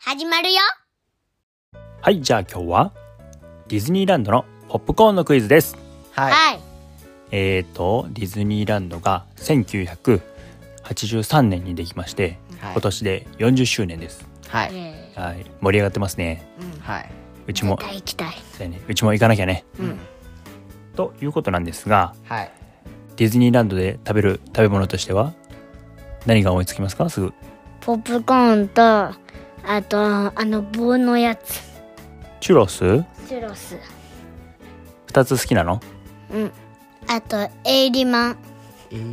始まるよはい、じゃあ今日はディズニーランドのポップコーンのクイズです。はい、はいえーと、ディズニーランドが1983年にできまして、はい今年で40周年です。はうい、んはい、盛り上がってますね。はい、うちも絶、対行きたいそうやねうちも行かなきゃね。うん、ということなんですが、はい。ディズニーランドで食べる食べ物としては何が思いつきますかすぐ。ポップコーンとあとあの棒のやつチュロスチュロス二つ好きなのうんあとエイリマンエイリ、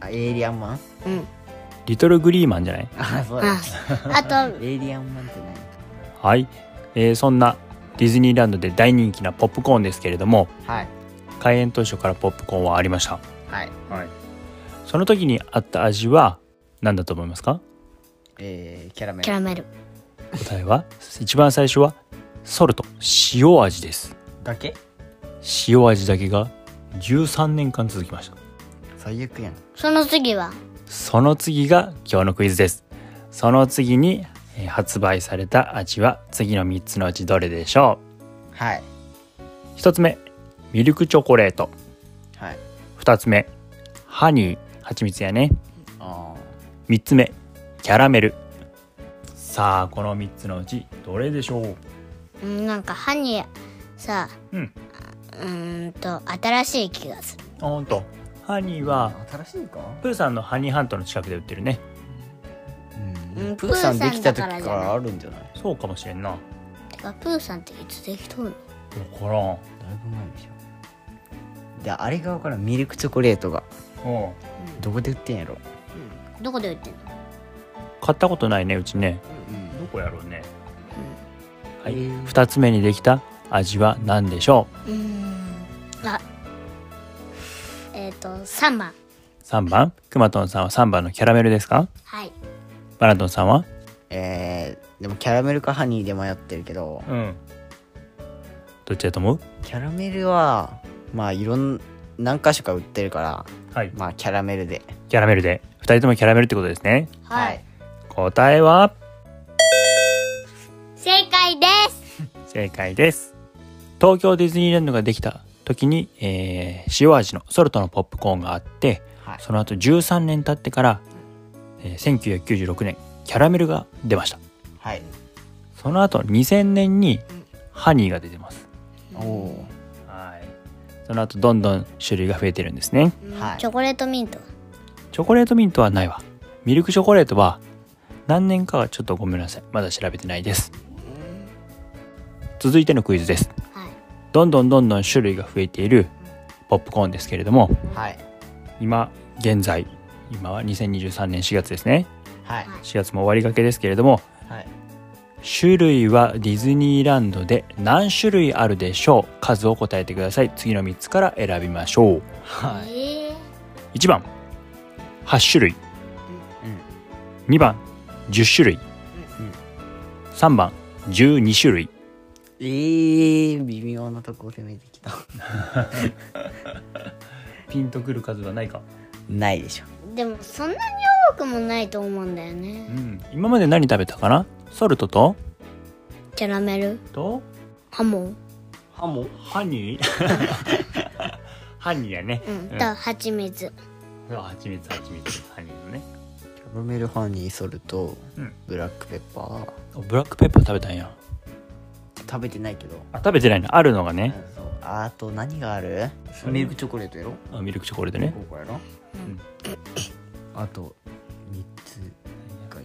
あ、エイリアンマ ン。うんリトルグリーマンじゃないあ、そうあです。あとエイリアンマンってはい、えーそんなディズニーランドで大人気なポップコーンですけれども何。はい、開園当初からポップコーンはありました、はい、その時にあった味は何だと思いますかえー、キャラメキャル。ラメル答えは一番最初はソルト塩味ですだけ。塩味だけが13年間続きました最悪やん。その次はその次が今日のクイズですその次にえー発売された味は次の3つのうちどれでしょはい、う1つ目ミルクチョコレートはい。 2つ目ハニー蜂蜜やねあ3つ目キャラメルさあこの3つのうちどれでしょううんなんか歯にさうんうーんと新しい気がするあほんとハニーあは、新しいか。プーさんのハニーハントの近くで売ってるねううんん、プーさんプーさんできた時だからじかゃないらあるんじゃない。そうかもしれんなわてかプーさんっていつできとるのからんだいぶ前でしょ。で、あれがわからん、ミルクチョコレートが、うんどこで売ってんやろ。どこで売ってんの買ったことないねうちねうん、こやろうねはい、えー2つ目にできた味は何でしょうーんあえっ、と3番う3番くまとんさんは3番のキャラメルですかはいバラトンさんはえー、でもキャラメルかハニーで迷ってるけど。うんどっちだと思うキャラメルはまあいろん何箇所か売ってるからはいまあキャラメルでキャラメルで2人ともキャラメルってことですねはい答えは正解です正解です東京ディズニーランドができた時に、えー塩味のソルトのポップコーンがあってはいその後13年経ってから、えー1996年キャラメルが出ましたはいその後2000年にハニーが出てますおおはいその後どんどん種類が増えてるんですねーはいチョコレートミントチョコレートミントはないわミルクチョコレートは何年かはちょっとごめんなさいまだ調べてないです続いてのクイズですはいどんどんどんどん種類が増えているポップコーンですけれどもはい今現在今は2023年4月ですねはい4月も終わりがけですけれどもはい種類はディズニーランドで何種類あるでしょう数を答えてください次の3つから選びましょうはいえー1番8種類う2番10種類うん3番12種類んえー、微妙なとこ攻めてきた ピンとくる数はないか、ないでしょでもそんなに多くもないと思うんだようねん、今まで何食べたかなソルトとキャラメルとハモンハモハ ニーハニーやねうんと蜂蜜はちみつはちみつハニーのねキャラメルハニーソルト、うんブラックペッパーブラックペッパー食べたんや食べてないけどあ食べてないのあるのがねそうあと何があるれミルクチョコレートやろあミルクチョコレートねここやろ、んあと3つか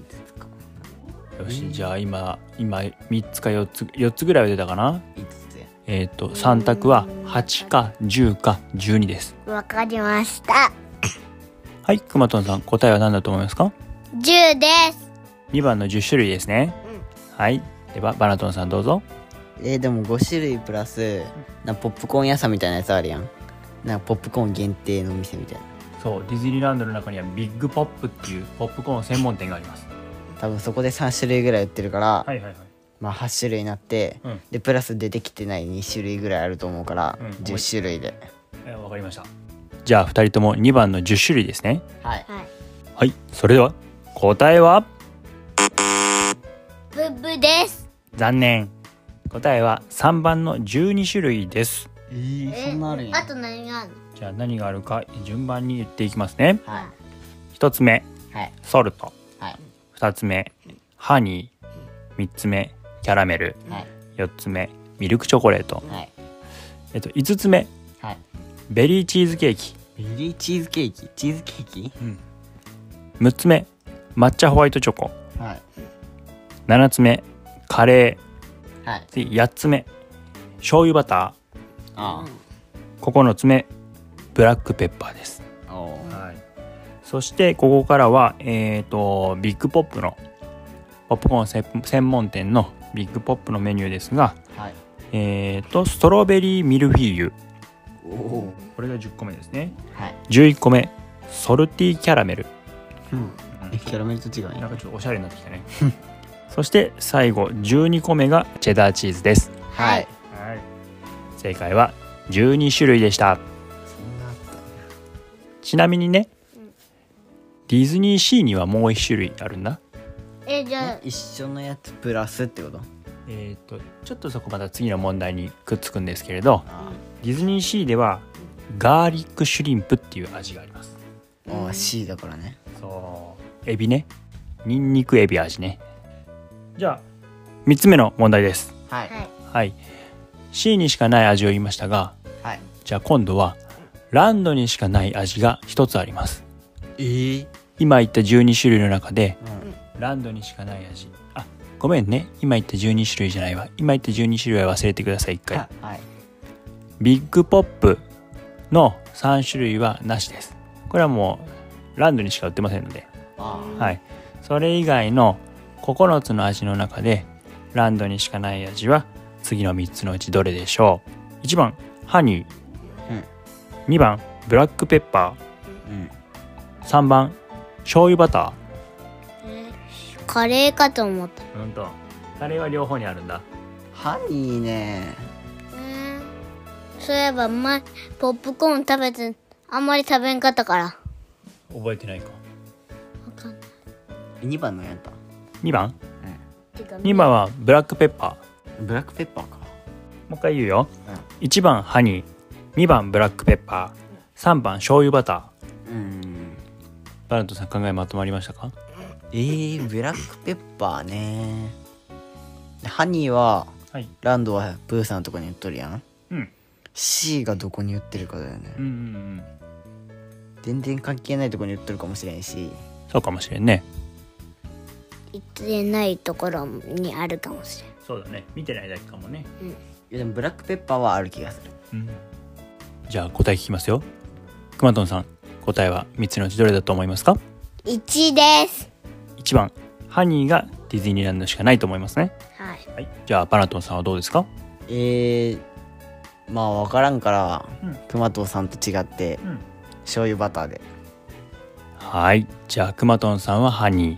5つかよしじゃあ今今3つか4つ4つぐらいは出たかな5つやえっ、と3択は8か10か12ですわかりましたはいくまとんさん答えは何だと思いますか10です2番の10種類ですね、はいではバナトンさんどうぞえー、でも5種類プラスなんかポップコーン屋さんみたいなやつあるやんなんかポップコーン限定の店みたいなそうディズニーランドの中にはビッグポップっていうポップコーン専門店があります多分そこで3種類ぐらい売ってるから、いはいはいまあ8種類になって、うんでプラス出てきてない2種類ぐらいあると思うから、うん10種類でえーわかりましたじゃあ2人とも2番の10種類ですねはいはいはいそれでは答えはブッブ残念答えは3番の12種類ですえー、そんなあるんやあと何があるのじゃあ何があるか順番に言っていきますねはい1つ目はいソルトはい2つ目ハニー3つ目キャラメルはい4つ目ミルクチョコレート、はいえっと、5つ目はいベリーチーズケーキベリーチーズケーキチーズケーキ6つ目抹茶ホワイトチョコはい7つ目カレはいーで8つ目醤油バタあー9つ目ブラックペッパーです、あおーそしてここからはえっ、とビッグポップのポップコーンせ専門店のビッグポップのメニューですがはいえっ、とストロベリーミルフィーユおおこれが10個目ですねはい11個目ソルティキャラメルえキャラメルと違うなんねかちょっとおしゃれになってきたね そして最後12個目がチェダーチーズですはい正解は12種類でしたそんなあったちなみにねディズニーシーにはもう1種類あるんだえじゃあえ一緒のやつプラスってことえっ、とちょっとそこまた次の問題にくっつくんですけれどあディズニーシーではガーリックシュリンプっていう味がありますあおー C だからねそうエビねニンニクエビ味ねじゃあ3つ目の問題ですはいはいはい C にしかない味を言いましたがはいじゃあ今度はランドにしかない味が1つありますえー今言った12種類の中でうんランドにしかない味あごめんね今言った12種類じゃないわ今言った12種類は忘れてください一回あはいビッグポップの3種類はなしですこれはもうランドにしか売ってませんのであはいそれ以外の9つの味の中でランドにしかない味は次の3つのうちどれでしょう1番ハニー、2番ブラックペッパあうんー3番醤油バターえカレーかと思った本当カレーは両方にあるんだハニーねそういえば前ポップコーン食べてあんまり食べんかったから覚えてないかわかんない2番のやった2番てか2番はブラックペッパーもブラックペッパーかう一回言うよ1番ハニー2番ブラックペッパー3番醤油バターうんバルトさん考えまとまりましたかえー、ブラックペッパーねハニーははいランドはプーさんのとこに売っとるやんうん C がどこに売ってるかだよねうんうんうん全然関係ないとこに売っとるかもしれんしそうかもしれんね行ってないところにあるかもしれんそうだね見てないだけかもねいやでもブラックペッパーはある気がするうんじゃあ答え聞きますよくまとんさん答えは3つのうちどれだと思いますか1です1番ハニーがディズニーランドしかないと思いますねはいはいじゃあバナトンさんはどうですかえー、まあ分からんから、うん熊藤さんと違って、ん醤油バターではい。じゃあ、くまとんさんはハニー。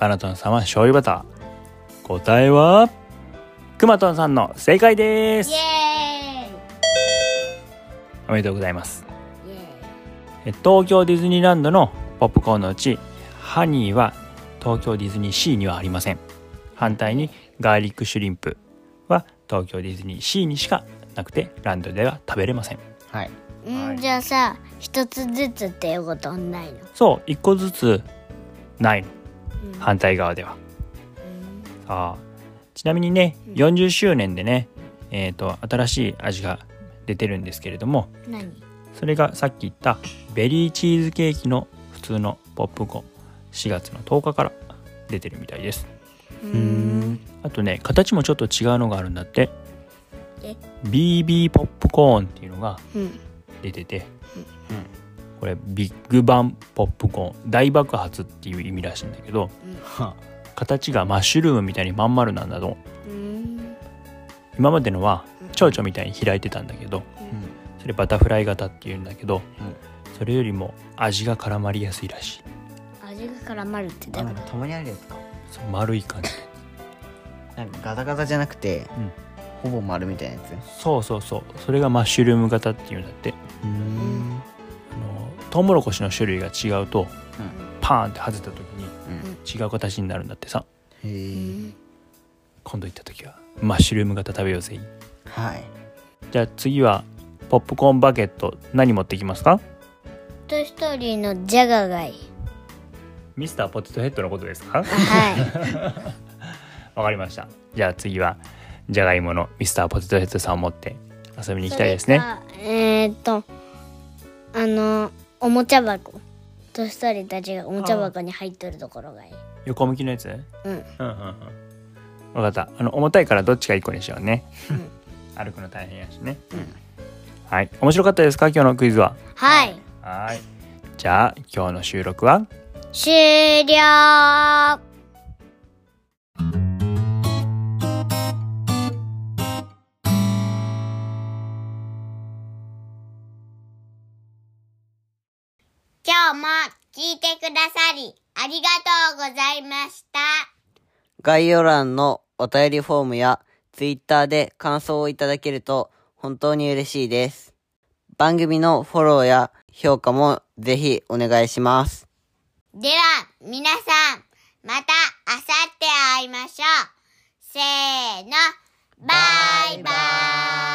バナトンさんは醤油バター。答えは、くまとんさんの正解でイす。エおめでとうございます。ーイイエえ東京ディズニーランドのポップコーンのうち、ハニーは東京ディズニーシーにはありません。反対に、ガーリックシュリンプは東京ディズニーシーにしかなくて、ランドでは食べれません。はいーはいんじゃあさ一つずつっていうことはないのそう、一個ずつないのうん。反対側では。さあちなみにね40周年でね、えー、と新しい味が出てるんですけれども何それがさっき言ったベリーチーズケーキの普通のポップコーン4月の10日から出てるみたいですうんあとね形もちょっと違うのがあるんだってえ BB ポップコーンっていうのがうん出てて、これビッグバンポップコーン大爆発っていう意味らしいんだけどは形がマッシュルームみたいにまん丸なんだとうん今までのは蝶々みたいに開いてたんだけどそれバタフライ型っていうんだけど、うんそれよりも味が絡まりやすいらしい味が絡まるってどうあいうこなんとかたまにあるやつかそう丸い感じなんかガタガタじゃなくて、ほぼ丸みたいなやつそうそうそうそれがマッシュルーム型っていうんだってうんあのトウモロコシの種類が違うと、パーンって外れた時にうん違う形になるんだってさへえ今度行った時はマッシュルーム型食べようぜはいじゃあ次はポップコーンバケット何持ってきますかトイ・ストーリーのジャガーがいいミスターポテトヘッドのことですはかいわかりましたじゃあ次はじゃがいものミスターポテトヘッドさんを持って遊 びに行きたいですねそれかえーっとあのおもちゃ箱トイ・ストーリーたちがおもちゃ箱に入ってるところがいい横向きのやつねうんうんうんうん分かったあの重たいからどっちか一個にしようね歩くの大変やしね、はい面白かったですか今日のクイズははいはいじゃあ今日の収録は終了今日も聞いてくださりありがとうございました。概要欄のお便りフォームや Twitter で感想をいただけると本当に嬉しいです。番組のフォローや評価もぜひお願いします。では、皆さん、また明後日会いましょう。せーの、バイバイ。